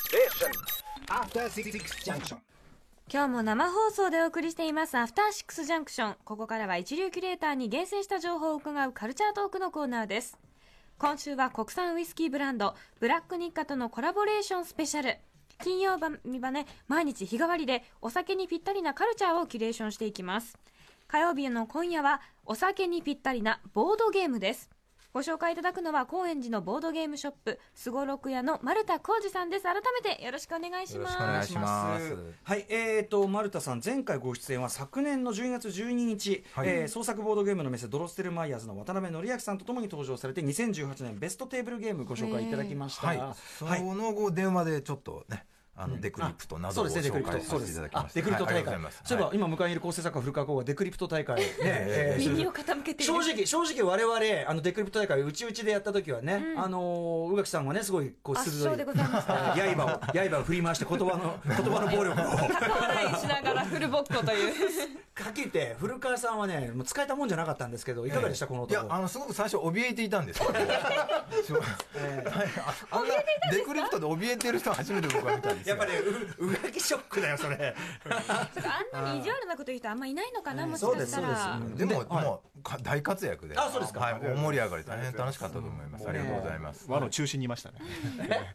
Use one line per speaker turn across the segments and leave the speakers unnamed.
Station. After Six Junction.
今日も生放送でお送りしていますアフターシックスジャンクションここからは一流キュレーターに厳選した情報を伺うカルチャートークのコーナーです今週は国産ウイスキーブランドブラックニッカとのコラボレーションスペシャル金曜日はね毎日日替わりでお酒にぴったりなカルチャーをキュレーションしていきます火曜日の今夜はお酒にぴったりなボードゲームですご紹介いただくのは高円寺のボードゲームショップすごろく屋の丸田浩二さんです改めてよろしくお願いします
よろしくお願いします
はい、えーと、丸田さん、前回ご出演は昨年の12月12日、
はい
えー創作ボードゲームの店、ドロステルマイヤーズの渡辺則明さんとともに登場されて、2018年ベストテーブルゲームご紹介いただきました。
はい、そ
はい
の後、電話でちょっとね、あのデクリプトなどを
あそうですね
紹介させていただきました。
デクリプト
はいありがと
大会
うございます。
そういえば
は、い
今、迎えにいる構成作家、古川光がデクリプト大 会ね、えー
耳を傾けている
正直、正直我々、あの、デクリプト大会、うちうちでやった時はね、あのー、宇垣さんはね、すごい、こう、
圧
鋭
勝
い
でございました
刃を、刃を振り回して言葉の、言葉の暴力 を。
笑いしながらフルボッコと いう
かけて、古川さんはね、もう使えたもんじゃなかったんですけど、いかがでした、この
い
男。
や、あの、すごく最初、怯えていたんですよ。そう はいああんな、デクリプトで怯えてる人初めて僕は見たんですよ。
ね、う、うがきショックだよ、それ。
あんなに意地悪なこと言う人あんまいないのかなもし
そう
か
で
し
す
たら
そう
でも、
はい
もうか大活躍で。
あそうですか
はい、大盛り上がり、大変楽しかったと思います。ありがとうございます。
輪の中心にいましたね。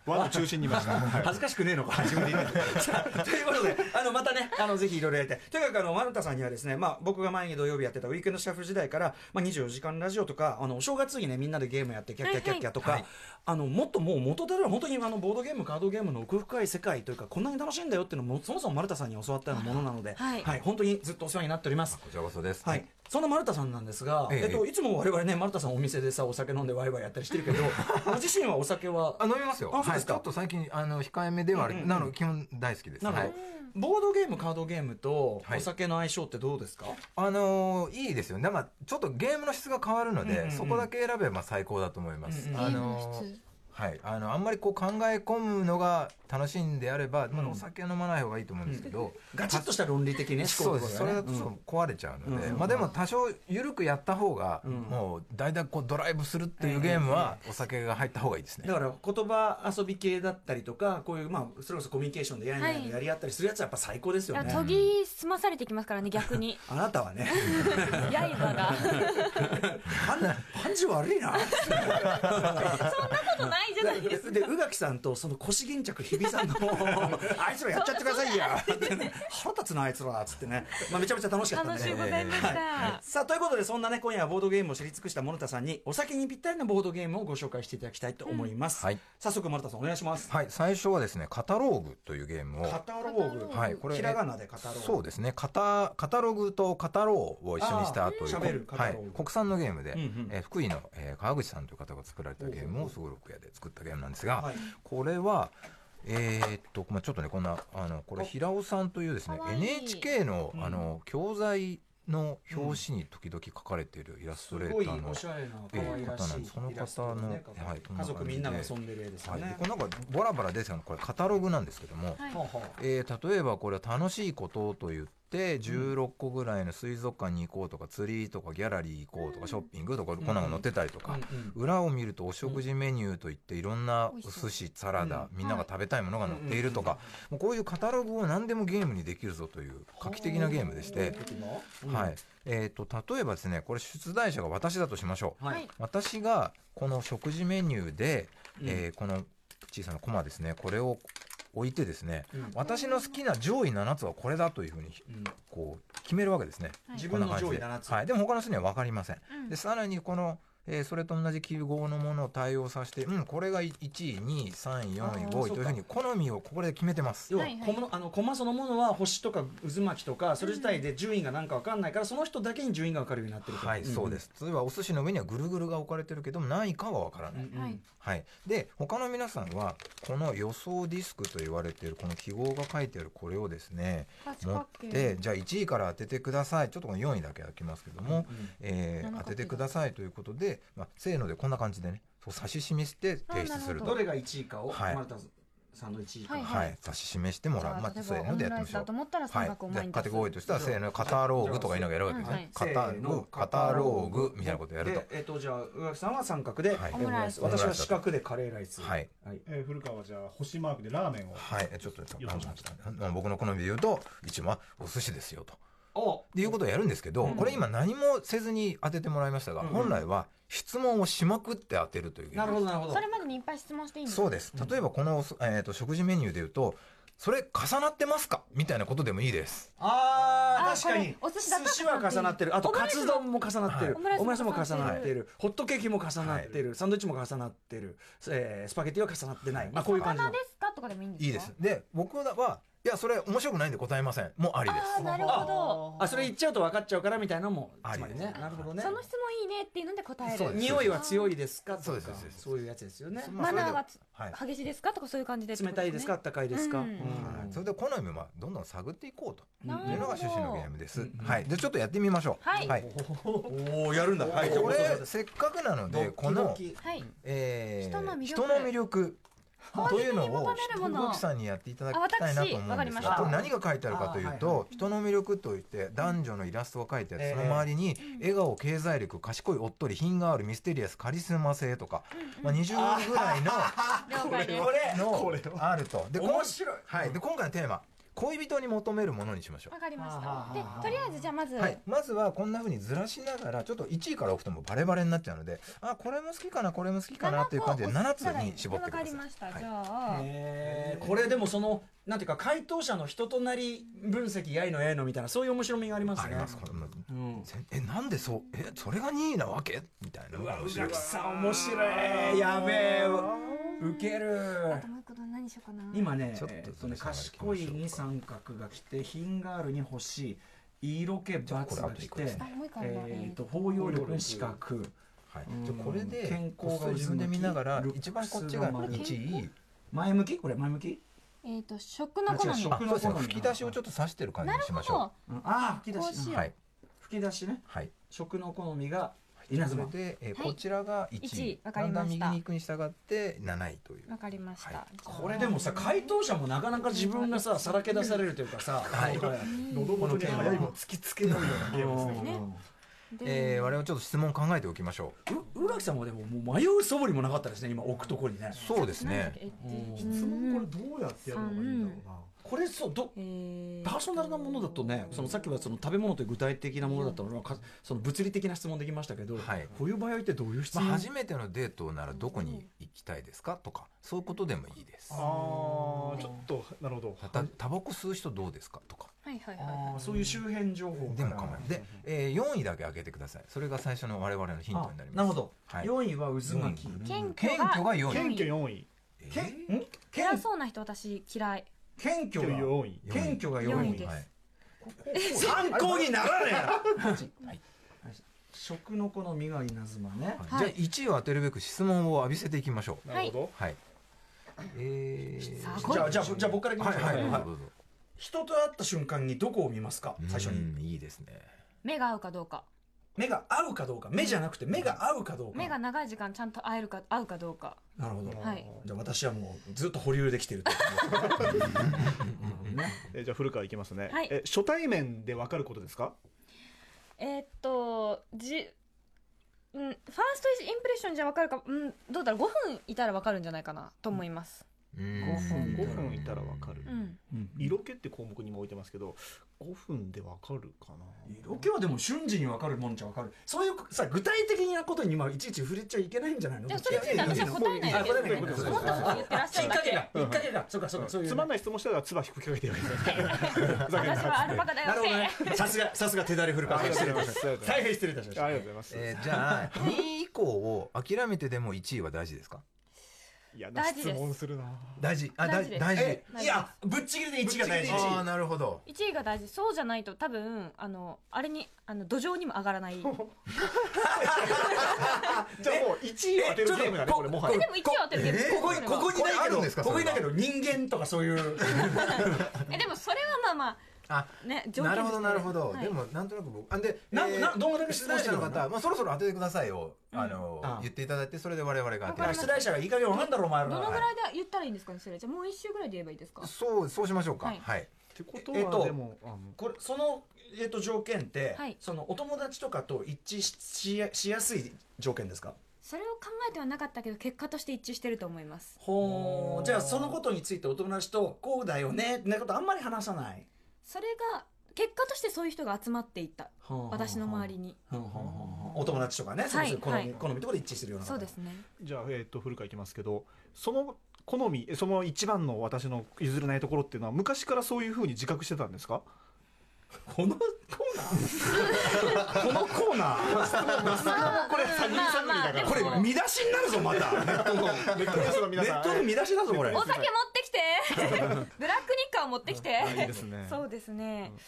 輪の中心にいました。はい
恥ずかしくねえのか、自分で言うのさあということで、あの、またね、あの、ぜひいろいろやりたい。とにかく、あの、丸田さんにはですね、まあ、僕が前に土曜日やってたウィークエンドシャッフル時代から、まあ、24時間ラジオとか、あの、お正月にね、みんなでゲームやって、キャッキャッキャッキャとか、あの、もっともう元であれば、本当にあの、ボードゲーム、カードゲームの奥深い世界というか、こんなに楽しいんだよっていうのも、そもそも丸田さんに教わったようなものなので、
はい
はい、本当にずっとお世話になっております。
こちらこそです。
はい、そんな丸田さんなんですが、
ええ
えっと、いつも我々ね、丸田さんお店でさ、お酒飲んでワイワイやったりしてる けど、ご自身はお酒は
あ、飲みますよ。
あそう
は
で
い、
す
ち
か
ょっと最近、あの、控えめではある、なの、基本大好きです。
なるほ
はい。
どボードゲーム、カードゲームと
はい
お酒の相性ってどうですか、
あのーいいですよね。まあ、ちょっとゲームの質が変わるので、
うんうん
そこだけ選べば最高だと思います。
うん
あのーはい。あの、あんまりこう考え込むのが楽しいんであれば、まあ、お酒飲まない方がいいと思うんですけど、
ガチッとした論理的ね、
そうです。それだ
だ
とちょっと壊れちゃうので、
うん
まあでも多少緩くやった方が、もう大体こうドライブするっていうゲームは、お酒が入った方がいいですね。
だから言葉遊び系だったりとか、こういう、まあ、それこそコミュニケーションでやりや
はい
やり合ったりするやつはやっぱ最高ですよね。
研ぎ澄まされてきますからね逆 に
あなたはね、
刃がそん
感じ悪いな。
なことないじゃないですか
で、宇垣さんとその腰巾着、日比さ んの、あいつらやっちゃってくださいや、ってね腹立つな、あいつら、つってね、まあ、めちゃめちゃ楽しかったん
楽
で
しゅうございました、
さあ、ということで、そんなね、今夜はボードゲームを知り尽くした諸田さんに、お酒にぴったりなボードゲームをご紹介していただきたいと思います。
うんはい
早速、諸田さん、お願いします。
はい。最初はですね、カタローグというゲームを、
カタローグ。
はいこれ
ひらがなでカタローグ。
そうですねカタカタログとカタローを一緒にしたという
あー喋るカタ
は
ロ
い
グ、
国産のゲームで、
んうん
えー福井の、えー川口さんという方が作られたゲームをすごろく屋で作ったゲームなんですが、
はい
これはえーっと、まあ、ちょっとねこんなあのこれ平尾さんというですね
かわいい
NHK のあの教材の表紙に時々書かれているイラス
す
トレ
ご
ー
い
ターの
おしゃれな、
え
可愛
ー
ら
方な
し
ん
い
ですその
イラスト
方
です
の、
ね。
はい、こ
家族みんなが遊
で
んでる絵ですよ
はい、
ね
で。これなんかボラボラ出てたのこれカタログなんですけども、
はい
はあはあ
えー例えばこれは楽しいことと言って16個ぐらいの水族館に行こうとか釣りとかギャラリー行こうとかショッピングとかこんなの載ってたりとか
うん
裏を見るとお食事メニューといっていろんなお寿司サラダみんなが食べたいものが載っているとかもうこういうカタログを何でもゲームにできるぞという画期的なゲームでしてはいえーと例えばですねこれ出題者が私だとしましょう。
はい。
私がこの食事メニューで、えーこの小さなコマですねこれを置いてですね、
うん
私の好きな上位7つはこれだというふうに
うん
こう決めるわけですね、
はい
自
こ
分
んな
の
感じ
上位
で
7つ。
はい、でも他の人には分かりません、
うん
でさらにこの、えーそれと同じ記号のものを対応させて、うん、これが1位2位3位4位
あ
5
ー
位
そうか
というふうに好みをここで決めてます
要は
はいはい
このあのコマそのものは星とか渦巻きとかそれ自体で順位がなんかわかんないからその人だけに順位がわかるようになってると、
はい、そうですす例えばお寿司の上にはぐるぐるが置かれてるけども何位かは分からない、
うん
はい
はい、で他の皆さんはこの予想ディスクと言われているこの記号が書いてあるこれをですね
八角
持ってじゃあ1位から当ててくださいちょっとこの4位だけ開きますけども、えー
七角
当ててくださいということで、まあ、せーのでこんな感じでねそう指し示して提出する
あ
ど
と。
れが1位かを、
はい
丸田さんサンドイッチ
はい
はい、指し示してもらう。まあ、
じ
せ
ゃあ例え
ー
ば
ので
オ
やって
ムライ
みし
ス
ょ
だ
う
と。思ったら
は
三
い、
角を前に出す、
カテゴリーとしてはせーのカタローグとか言いながらやるわけですね、
せ
カタ
ー
ロ
の
グカタログみたいなことやると
でえっとじゃあ宇垣さんは三角で、
はい
えー
オムライス
私は四角でカレーライス
はい、
はい
えー古川はじゃあ星マークでラーメンを
はいえちょっと
よろしくお願いし
あの僕の好みで言うと一応はお寿司ですよと
お
っていうことをやるんですけど、
うん
これ今何もせずに当ててもらいましたが、
うん
本来は質問をしまくって当てるというゲーム
なるほどなるほど
それまでにいっぱい質問していいんですか
そうです例えばこのおす、えー、と食事メニューで言うとそれ重なってますかみたいなことでもいいです
あ
あ
ー確かに
これお寿司だったら
寿司は重なってるあと
オムラ
カ
イスも
ツ丼も重なってる、
オムライスも
オムライスも重な
重なっ
っ
てて
る、
る
ホットケーキも重なってる、サンドイッチも重なってる、えースパゲティは重なってない、まあ、こういう感じ
魚
の
ですかとかでもいいんですか
いいですで僕はいやそれ面白くないんで答えませんもうありで
ああ
す
なるほど
あそれ言っちゃうと分かっちゃうからみたいなのも
あ
つ
り
ま
です
りねなるほどね
その質問いいねっていうので答える
そうです
匂いは強いですかとか
そうですそうです
そういうやつですよね
そまあ
マ
それ
ナ
で
ーがつ
はい
激しいですかとかそういう感じでってこ
冷
と
た
ね
いですか、あったかいですか、
う
は
ん
いそれで好みをまあどんどん探っていこうと
うん
な
いう
る
の
ほ
が
ど
趣旨のゲームです
うん。
はい、でちょっとやってみましょう。
はい
おおやるんだはい
これせっかくなのでこの、
はい
えー
人の魅力
人の魅力というのを
こういうのに求めるもの
動きさんにやっていただきたいなと思
あ私わ
う
か
ん
り
です
まし
が
た
これ何が書いてあるかという
あはい
と人の魅力といって男女のイラストが書いてあっ
え
て
ー
その周りに笑顔経済力賢い夫に品があるミステリアスカリスマ性とか、まあ、20ぐらい
了解です
これ
の
こ
の
れは
あるとでこん
面白い
はい、で今回のテーマ恋人に求めるものにしましょう
わかりまし
あー
たでとりあえずじゃあまず、
はい、まずはこんな風にずらしながらちょっと1位から置くともうバレバレになっちゃうのであこれも好きかなこれも好きかなっていう感じで7つに絞ってくだ
わかり
さ
ました、
はい
じゃあ、
えーこれでもそのなんていうか回答者の人となり分析やいのやいのみたいなそういう面白みがありま
い。あ
すね
りますこれも
うん
せえなんでそうえそれが2位なわけみたいなの
う
が
わ
面
宇
白い
垣さん面白いやべえウケる
あともう一個何にしようかな
今ね
ちょっと
えーっとね
ずらしな
賢
がら
い
行きましょうか
に三角が来て品があるに欲しい色気
じゃあこれ
×が
後
来
いくで
て
す
あもう一個あるな
えーっと包容力に四角
はい
うん
じゃあこれで
健康
こっ
が
そり自分で見ながら一番こっちが
これ
健康
1位
前向きこれ前向き
えー、と食の
あ違
好
う
み
食
あそうですね
好み
吹き出しをちょっと刺してる感じ
な
に
る
し
ほ
ましょ
ど
うんああ吹き出
こうし
し
よ
う
ど
はい
吹き出しね
はい
食の好みが稲
そ
妻
れで、えー
はい
こちらが1位
一位わかり
だ
ま
んだん
した
右に行くに従って7位という
わかりました、
は
じゃあ
これでもさ回答者もなかなか自分がささらけ出されるというかさ、
はい
これ
喉元に早いもん突きつけるようなゲームですね
うん
で
えー、我々ちょっと質問考えておきましょう
う浦木さんもでももう迷う素振りもなかったですね今置くとこにね
そうです
なんだっ
ね
けえっと
うん
質問これどうやってやるのがいいんだろうな
これそうど
えー
パーソナルなものだとねそのさっきはその食べ物という具体的なものだったのがかその物理的な質問できましたけど、
はい
こういう場合ってどういう質
まあ、
問、
初めてのデートならどこに行きたいですかとかそういうことでもいいです
あーちょっとなるほど
たタバコ吸う人どうですかとか
はいはいはい
あーそういう周辺情報
でも構わないで、えー、4位だけ開けてくださいそれが最初の我々のヒントになります
なるほど、
はい
4位は渦巻き
四位
謙
謙
虚
虚
が
が4位
謙虚4位
え
け
ー
んけ
偉
ん
そうな人私嫌い
謙
謙
虚
虚
が
4位
四
謙虚が4位
四位です
はい
参考にならねえな食の好みが稲妻ね
はい
はい
じゃあ1位を当てるべく質問を浴びせていきましょう
なるほど
はいえー、
さあ
じゃあじゃあじゃあ僕からいきましょう
はいはい、
はい
どうぞ
人と会った瞬間にどこを見ますか最初に
うんいいですね
目が合うかどうか
目が合うかどうか目じゃなくて目が合うかどうか
目が長い時間ちゃんと会えるか合うかどうか
なるほど
はい
じゃあ私はもうずっと保留できてるとね
えーじゃあ古川いきますね、
はい
え初対面で分かることですか
えーっとじうん、ファーストインプレッションじゃ分かるか、うん、どうだろう5分いたら分かるんじゃないかなと思います、
うん
5分いたら分かる、
うん、
色気って項目にも置いてますけど5分で分かるかな
色気はでも瞬時に分かるもんじゃ分かるそういうさ具体的なことに今いちいち触れちゃいけないんじゃないの
じゃあそれについて私は答えない
あ
で
答え
す
ない
もっともっと言ってらっしゃ
引
る
っ
だ
掛け
け
が引っ掛けがそうかそうかそういう
つ
ね
まんない質問したら唾引っ掛けてるわけですね
私はアルパカだよ
なる
っ
ほど
て
ねさすがさすが手だれ古川さん失礼いたしました大変失礼いたしました
ありがとうございます、
えー、じゃあ2位以降を諦めてでも1位は大事ですか
嫌な
大事
質
です
問するな
大事あ
大事です
大事
えいやぶっちぎりで1が大事
ああなるほど
1位が大事そうじゃないと多分あのあれにあの土壌にも上がらないでも
じゃあもう1位を当てるゲームだねこれもはや
1位当てるけど
ここにここにな
これ
い
あ
け
る
ど
んですか
ここにない
そ
け
れ
ど人間とかそういう
えでもそれはまあまあ
あ
ね条
な
件
るほどなるほど、
はい
でもなんとなく僕あで
な
えー
などんだ
出
け質問
題
して
者
る
の
の
方、まあ、そろそろ当ててくださいを、あの
ああ
言っていただいてそれで我々が当て
出題者がいい加減わかんだろお前ら
どのぐらいで言ったらいいんですかねそれじゃあもう一周ぐらいで言えばいいですか
そうそうしましょうかは
はいい、
てこと
えっと
はでもあの
これその、えっと条件って、
はい
そのお友達とかと一致ししやしやすい条件ですか
それを考えてはなかったけど結果として一致してると思います
ほーじゃあそのことについてお友達とこうだよねってなことあんまり話さない
それが結果としてそういう人が集まっていった私の周りに
りお友達とかね、そうそう好み
はいはい
好みとかで一致するような
そうですね
じゃあ、えっと古川いきますけどその好みえその一番の私の譲れないところっていうのは昔からそういうふうに自覚してたんですか
このコーナー このコーナー
これ探り
まあ
探りだから
まあ
これ
でも
見出しになるぞまた
ネットニュースの
ネ
皆さん
ットの見出しだぞこれ
お酒持ってきてブラックニッカー持ってきて
あいいですね
そうですね、
うん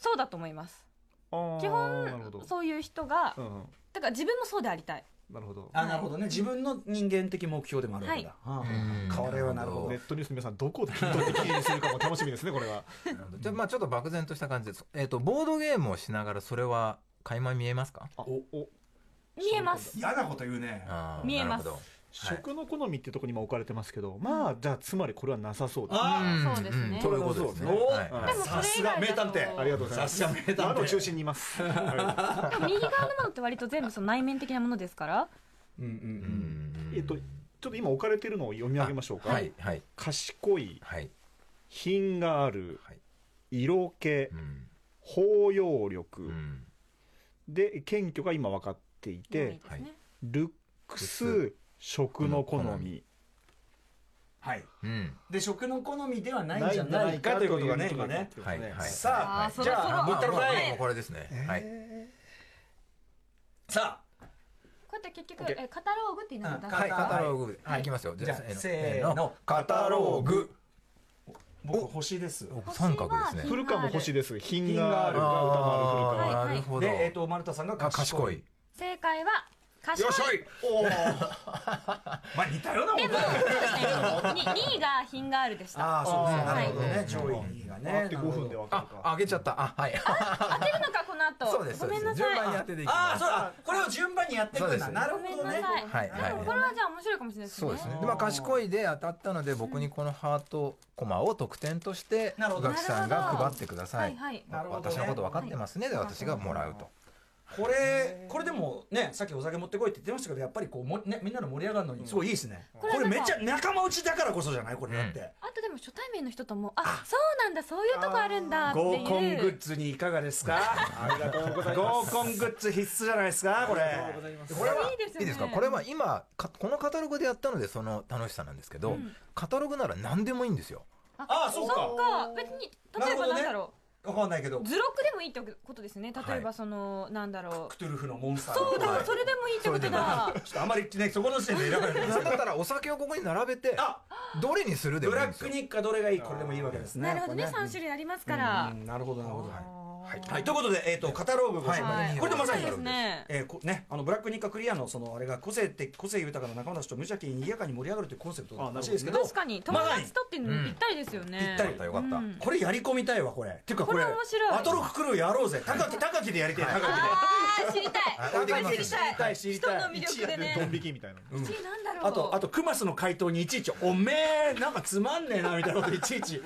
そうだと思います
あー
基
なるほど
本そういう人が
うんうん
だから自分もそうでありたい
なるほど
あなるほどね自分の人間的目標でもあるわけだ、はあ
うん
これはなるほど
ネットニュースの皆さんどこでヒントって記事にするかも楽しみですねこ れは
じゃあまあちょっと漠然とした感じです、えっとボードゲームをしながらそれは垣間見えますか
あおお
見えます
嫌なこと言うね
あー
見えます
なるほど
食の好みってとこに今置かれてますけどまあじゃあつまりこれはなさそうです
あ
ん
そうですね
んそういうことですね、
お
はい
うん
でもそれ以外だ
さすが名探偵
ありがとうござい
さ
ます
すが名探偵
窓を中心にいます
でも右側のものって割と全部その内面的なものですから
うんうんう
うんん
えっとちょっと今置かれてるのを読み上げましょうか、
はいはい
賢い
はい
品がある
はい
色気
うん
包容力、
うん
で謙虚が今分かってい
で
て
すね、
ルックス食の好
好
み
はい
うん
で食の好みではないんじゃないかということがね今ね
今ねはいはい
さ
あ
あ
ー
じゃあ
そ
ぶ
ろそ
った
ろ
ろか
もう
い
これですね、はい
さ
こうやって結局、
OK
えカタローグって言いながら出す
は
はいい、カタログで、
はい
い、きますよ。
じゃあせーの
カタログ。
僕星です
僕三角ですね。
古川も星です品がある
品
が歌もある古川
はい
あーなるほど。
でえっと丸田さんが
あ賢
賢
い
い。
正解は賢い
い。
おおまあ似たようなもん
でも
だよ
そうですね2位が品があるでした
ああそうですね
あ
なる
ー
ほど
は
ね
い
上位がね
回って5分で分かる
あ、
か
あげちゃった。あ、はい。
当てるのかこの後
そうです。そ
ご
うで
めんな
す。
さ
順
い
番に当てていき
あ
ま
あ
す
そう。だこれを順番にやっていく
そ
んだ
うです
なる
ご
ほ
めん
ど
なさ
ね
い、
はいはい
でもこれはじゃあ面白いかもしれないです
そ
ね
うですね。
あー
でまあ賢いで当たったので僕にこのハートコマを得点として
なるほど
宇垣さんが配ってくだ
は
さ
い
い。
はい
なるほどね
私のこと分かってますね。で私がもらうと。
これこれでもねさっきお酒持ってこいって言ってましたけどやっぱりこうも、ね、みんなで盛り上がるのにすごいいいですね、
こ
こ
れ
れ
なんか
めっちゃ仲間内だからこそじゃないこれだって、
あとでも初対面の人ともあそうなんだそういうとこあるんだっていう
合コングッズにいかがですか
ありがとうございま
合
す
コングッズ必須じゃないですかこれ
これはい
いですよね
いいですかこれは今かこのカタログでやったのでその楽しさなんですけど、カタログなら何でもいいんですよ。
ああそうか
そっか別に例えばなんだろ
わかんないけど
う図録でもいいってことですね例え
は
ばそのなんだろ
クトゥルフのモンスタ
う
ーの
そう
は
だ
い
それでもいいってことだ
ちょっとあまりねそこの時点で選ば れてない
なんだったらお酒をここに並べて
あ
どれにするで
ブ
もいいん
ラ
で
ッ
す
ク
よ。
ニッカどれがいいこれでもいいわけですね
なるほどね
やっぱ
3種類ありますか
う
ら
んなるほどなるほどはい
はい
はい、ということで、えー、とカタログご紹介、
はい
これでまさに
そうですね
えーこね、あのブラックニッカクリアのそのあれが個性的個性豊かな仲間たちと無邪気に賑やかに盛り上がるというコンセプトらしいですけど
確かに友達とっていうのにぴったりですよね
ぴったり
よかったよかった。
うん
これやり込みたいわこれっていうかこれ
これ面白い
アトロッククルーやろうぜ高木高木でやりたい高木で
あー知りたい
あできます
知りたい知りたい
人の魅力で
ドン
ね
引きみたいな
次なんだろう
あとあとクマスの回答にいちいち「おめえなんかつまんねえな」みたいなこといちいち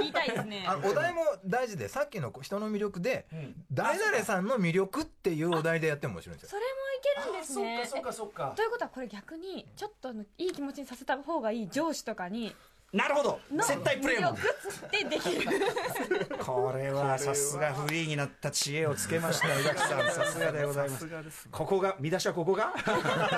言いたいですね
あお題も大事でさっきの人の魅力で、
ん
誰々さんの魅力っていうお題でやっても面白いんですよ
それもいけるんですね
そっかそっか
ということはこれ逆にちょっとあのいい気持ちにさせた方がいい上司とか に
なるほど
の
接待プレイも
魅力っつってできる
これはさすがフリーになった知恵をつけました宇垣さんさすがでございますここが見出しはここが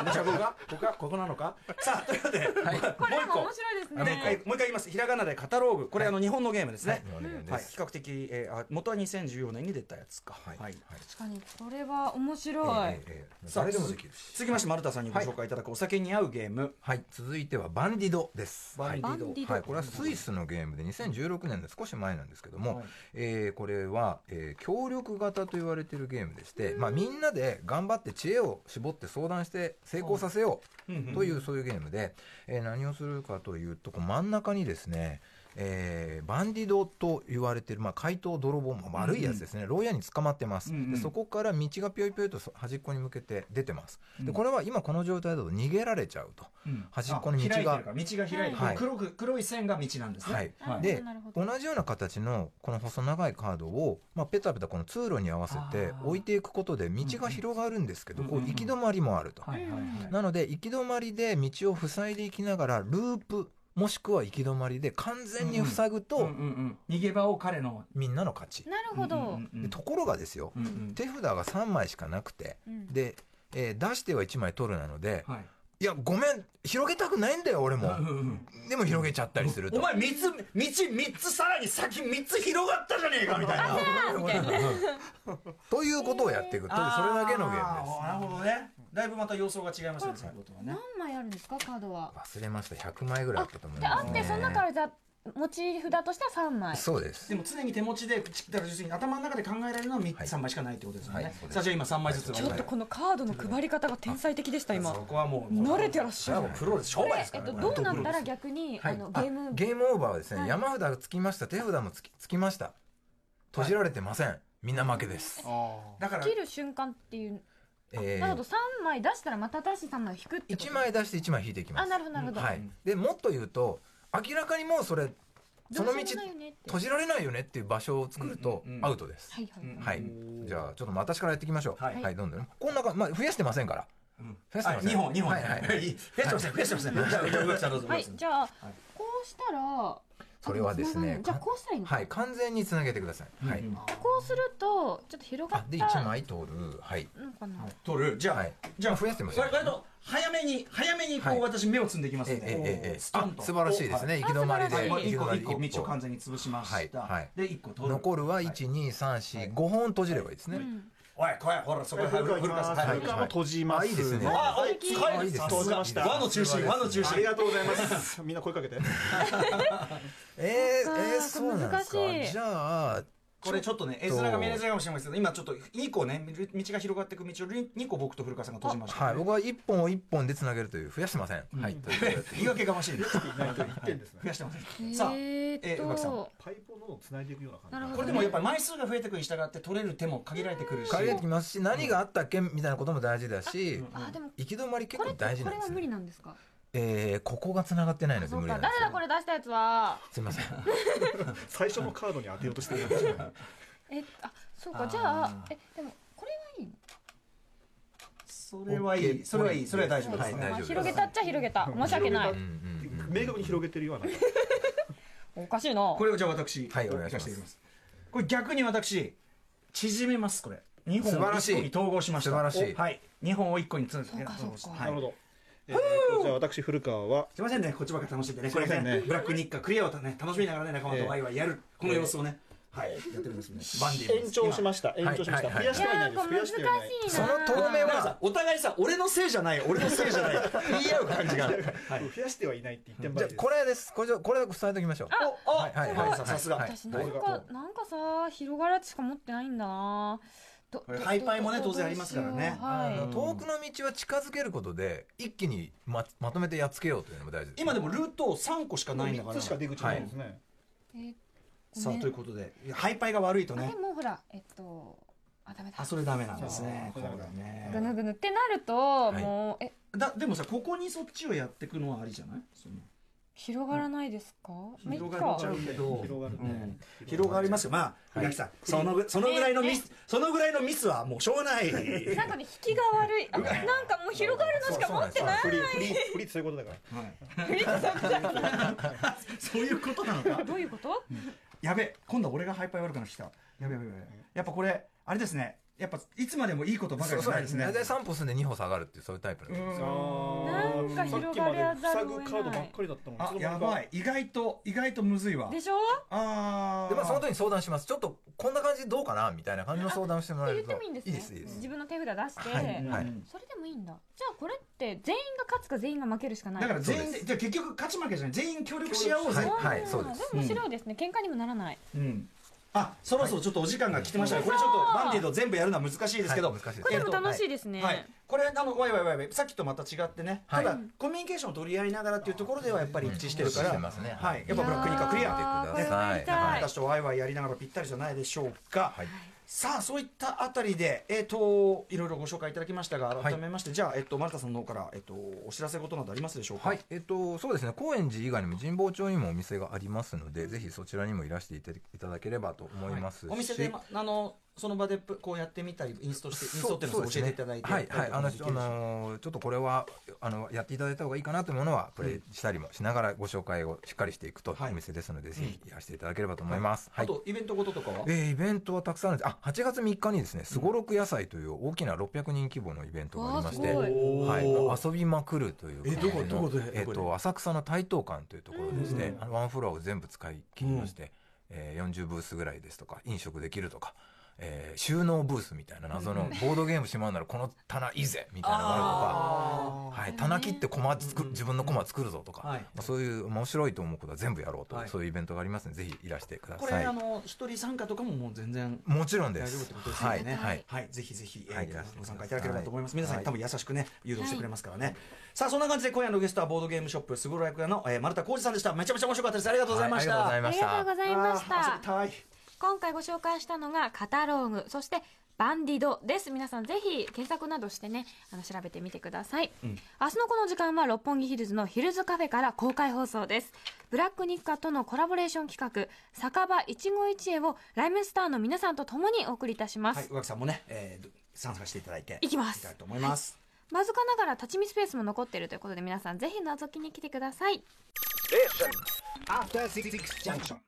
見出しはここがここがここなのかさあということで、もう
これで
一
も
個
面白いです
もう一回
ね
もう一回言いますひらがなでカタローグこれ、あの日本のゲームですね、
お願いで
はい、
す
比較的、えーあ元は2014年に出たやつか。はい。
確かにこれは面白い、
ええええ
さあ
誰でもできるし
続きまして、丸田さんにご紹介いただくお酒に合うゲーム。
はい続いてはバンディドです
バンディド
はい
バンデ
ィド
はいこれはスイスのゲームで2016年で少し前なんですけども、えーこれは、えー協力型と言われているゲームでして、まあ、みんなで頑張って知恵を絞って相談して成功させようというそういうゲームで、えー何をするかというとこう真ん中にですね、えーバンディドと言われてる、まあ、怪盗泥棒、まあ悪いやつですね、牢屋に捕まってます、
うんうん
でそこから道がぴょいぴょいと端っこに向けて出てます、
う
で
ん
これは今この状態だと逃げられちゃうと、
うん
端っこに道が
あ開いてるから道が開いてる、
はい
黒く黒い線が道なんですね、
はい
は
で
なるほど
同じような形のこの細長いカードを、まあ、ペタペタこの通路に合わせて
あー
置いていくことで道が広がるんですけど、
うんうん
こう行き止まりもあると、
はいはいはい
なので行き止まりで道を塞いでいきながらループもしくは行き止まりで完全に塞ぐと、
うんうんうん逃げ場を彼の
みんなの勝ち、
なるほど、
うんうんうん
でところがですよ、
うんうん
手札が3枚しかなくて
うん
で、えー出しては1枚取るなので、
はい
い、やごめん広げたくないんだよ俺も、
うんうんうん
でも広げちゃったりすると
お前三つ道三つさらに先三つ広がったじゃねえかみたいな
ということをやっていくというそれだけのゲームです
あなるほどねだいぶまた様相が違いましたね最後とはね
何枚あるんですかカードは
忘れました100枚ぐらいあったと思い
であ
ます、
っ
ね、
てその中からじゃあ持ち札としては三枚
そうです
でも常に手持ちで口だから要するに頭の中で考えられるのは三
はい
三枚しかないってことですよね、
はいそうです
さあじゃあ今三枚ずつ
ちょっとこのカードの配り方が天才的でした今
そこはもう
慣れてらっしゃる
もうプロです商売です
え
か
っ
ら、ね
と、
こ
どうなったら逆に、
はい
あのゲ
あ
ーム
ゲームオーバーはですね、
はい
山札がつきました手札もつきつきました閉じられてません、みんな負けです、
れだから
切る瞬間っていう、
え
なるほど3枚出したらまた新しい3枚を引くってこと
1枚出して1枚引いていきます
あなるほどなるほど、
はい、でもっと言うと明らかにもうそれそ
どう
の道
しようもな
閉
いよねって
じられないよねっていう場所を作ると
うんうんうん
アウトです、
はいはい、
うん
はいじゃあちょっと私からやっていきましょう
は
はいい、どんどんこんな感じ、まあ、増やしてませんから
うん
増やしてません
あ二本二本、
はいはい
いい増やしてません増やしてませんじゃあじゃあ植木さんどうぞ
はい、じゃあ、こうしたら
それはですね
あも繋がんないじゃあこうしたらいいのか、
はい完全につなげてください、
は、
はいい
うん
こうするとちょっと広が
あ
っ
で
た
1枚取るはい、
のかな、
取るじゃあ、
はい
じゃあ
増やしてますよ
割割と早めに早めにこう、
はい
私目をつんでいきま
え
すんで、
えええええ
スト
あ
ンと
素晴らしいですね行き止まり
あ
で
はい、
行き
一
止
個
まり
一個
一
道を完全に潰しました、
はいはい
で一個取る
残るは
一。
12345本閉じればいいですね、
おい、来い、ほら、そこへ、
はい
古川さん、
は
はいい
古。川も閉じます
あいいですね
あ、おい、
あ
帰
い
る、
いですね
さすが
閉じました
和の中心、和の中
あ
心。
りがとうございます みんな声かけて
えー、
そっか
えー、そうなんですか
これ難しい
じゃあ
これちょっとね、絵面が見えづらいかもしれませんけど、今ちょっと2個ね、道が広がっていく道を2個僕と古川さんが閉じました。
はい、僕は一本を一本でつなげるという増やしてません。はい、ということで
言い訳がましいです。
点ですね
増やしてません。
え
さあ、
ーっと、
えー宇垣さん
パイプをどんどん繋いでいくような
なる
感じ
ほ
これでもやっぱり枚数が増えてくるに従って取れる手も限られてくるし。
借りてきますし、何があったっけみたいなことも大事だし、
あでも
行き止まり結
これ
構
って
大事
こ
なんで
れは
す
無
ね
理。なんですか
えー、ここが繋がってないので
そ
無
う
理な
か
んです
誰だこ
よ。
れ出したやつは
すみません。
最初のカードに当てようとしてる感じ
えあそう
あ
か
ー
じゃあえでもこれはいいの
それはいい、それはいい、それは大丈夫です。
はい大丈夫です
広げたっちゃ広げた申し訳な
う
い
んうんうん
明 確に広げてるような
おかしいな
これをじゃあ私、
はいお願いします
行かせてだきこれ逆に私、縮めます、これ。2本
素晴
を
らしい
1個に統合しました。
素晴らしい
おはい。2本を1個に詰めて
そうかそうか
は
ないるほどえーとじゃあ私古川は
すいませんね、こっちばっか楽しんでね、
すいませんね
これブラック日課クリアをね、楽しみながらね、仲間とワイワイやる、この様子をね、はい、やってるんですね。バンディー
延長しました
い
延長しました
はい
増やしてはいない
いや
で
ー
す増やしてはいな
難し
い
い
そ
な
の透明
だから
は
さ、お互いさ、俺のせいじゃない、俺のせいじゃない、言い合う感じがある。はい。
増やしてはいないって言ってんば
じゃ
りで
あこれです。これじゃこれ伝えておきましょう。
お、お、
はいはいはい。
さすが。
はい
私なんかなんかさ広がるやつしか持ってないんだなど
これ
ど
ハイパイもね
どど
当然ありますから
どうし
ね
ようはい
あの遠くの道は近づけることで一気にままとめてやっつけようというのも大事です。
今でもルート3個しかないんだから。
3つしか出口ないですね
えー
さあ、
ごめん
ということで、いやハイパイが悪いと
あ
ね
で、もほらえっとあダメだ
あ、それダメなんですね。
そ
こ
う
れ
だ
はね
ぐぬぐぬってなると、
い
もうえ
だでもさここにそっちをやっていくのはありじゃないその
広がらないですか、まあいっか
広がっちゃうけど
広がるね
うん広がりますよまあ
はい
浦木さんそのぐそのぐらいのミ
ね
スそのぐらいのミスはもうしょうがない
なんかね引きが悪いあなんかもう広がるのしか持ってない
フリーフリーフリーってそういうことだから
そういうことなのか
どういうこと
やべ今度は俺がハイパイ悪くなってきたやべやべやべやっぱこれあれですねやっぱいつまでもいいことばか
そ
り
う
じゃ
そう
ない
で
ですす
ね。
ね
大体三歩進んで二歩下がるっていうそういうタイプなんですよ。
あー
なんか広がらざるを得ない
さっきまで塞ぐカードばっかりだったのに
あ
いつの間
や
にか
ばい意外と意外とむずいわ
でしょ
あー
でまあその時に相談します。ちょっとこんな感じどうかなみたいな感じの相談をしても
っ
ら
て
え
言
る
っ
と
てもいいんですね
いいですいい
自分の手札出して、
はいはい
それでもいいんだじゃあこれって全員が勝つか全員が負けるしかない
だから全員
そうで
でじゃあ結局勝ち負けじゃない全員協力し合おうぜ
はいはい
あー
そうです
も面白いですね、喧嘩にもならない
うんあそろそろちょっとお時間が来てましたねこれちょっとバンディード全部やるのは難しいですけど、
はい難しいです
これでも
えっと
楽しいですね、
はい、これあのわいわいわいわいさっきとまた違ってね、
はい
ただコミュニケーションを取り合いながらっていうところではやっぱり一致してるか
う
ら、
ん一致してますね
はい、やっぱブラックニカクリア
やりたい
は
私とワイワイやりながらぴったりじゃないでしょうか。
はい
さあそういったあたりで、えー、といろいろご紹介いただきましたが
い
改めまして、じゃあ、えっと丸田さんの方から、えっとお知らせことなどありますでしょうか、
はい、えっと、そうですね、高円寺以外にも神保町にもお店がありますので、ぜひそちらにもいらしていただいただければと思いますし、
お店で、まあのその場でプこうやってみたりインストしてインストっていうの
そ
を
う
教えていただいて
そうですねはいはいあの、あ
やったりとかもできるし
のーちょっとこれはあのやっていただいた方がいいかなというものはプレイしたりもしながらご紹介をしっかりしていくと
はい
お店ですので、ぜひいらしていただければと思います。は
あ
い
とイベントごととかは、
えーイベントはたくさんあるんですあ8月3日にですねすごろく野菜という大きな600人規模のイベントがありまして、
わあすごい
はい、
おー
遊びまくるという感じの
えどこどこで
えっ、
どこと
浅草の台東館というところでして、
うん
あのワンフロアを全部使い切りまして、えー40ブースぐらいですとか飲食できるとか、えー収納ブースみたいな謎のボードゲームしまうならこの棚いいぜみたいなのがあるとか。
あ
は
う
い、
ん
棚切って駒作る
うん
自分の駒作るぞとか、
はい
まあそういう面白いと思うことは全部やろうと、
はい
そういうイベントがありますのでぜひいらしてくだ
これ、
さい
あの一人参加とかももう全然
もちろんで
大丈夫っ
す
てことですよ
はい、
ね。
はい、
はい、ぜひぜひ、えー
はい
ご参加いただければと思います。
はい
皆さん、多分優しくね、誘導してくれますからね。さあ、そんな感じで、今夜のゲストはボードゲームショップ、すごろく屋の、えー、丸田浩二さんでした。めちゃめちゃ面白かったです。ありがとうございました。
はいありがとうござい
あ
ま
り
し
がと
た
うございまし
あー
た
遊びたい。
今回ご紹介したのがカタローグそしてバンディドです皆さんぜひ検索などしてねあの調べてみてください、
うん
明日のこの時間は六本木ヒルズのヒルズカフェから公開放送ですブラック日課とのコラボレーション企画「酒場一期一会」をライムスターの皆さんと共にお送りいたします、
はい、宇垣さんもね、えー、参加していただいて。
いきます
たいと思います。
わずかながら立ち見スペースも残っているということで皆さんぜひ覗きに来てください
After Six Junction.